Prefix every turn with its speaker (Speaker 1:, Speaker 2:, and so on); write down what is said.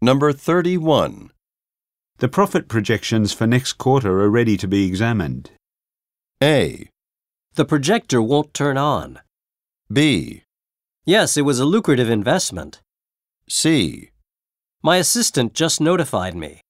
Speaker 1: Number 31.
Speaker 2: The profit projections for next quarter are ready to be examined.
Speaker 1: A,
Speaker 3: The projector won't turn on.
Speaker 1: B,
Speaker 3: Yes, it was a lucrative investment.
Speaker 1: C.
Speaker 3: My assistant just notified me.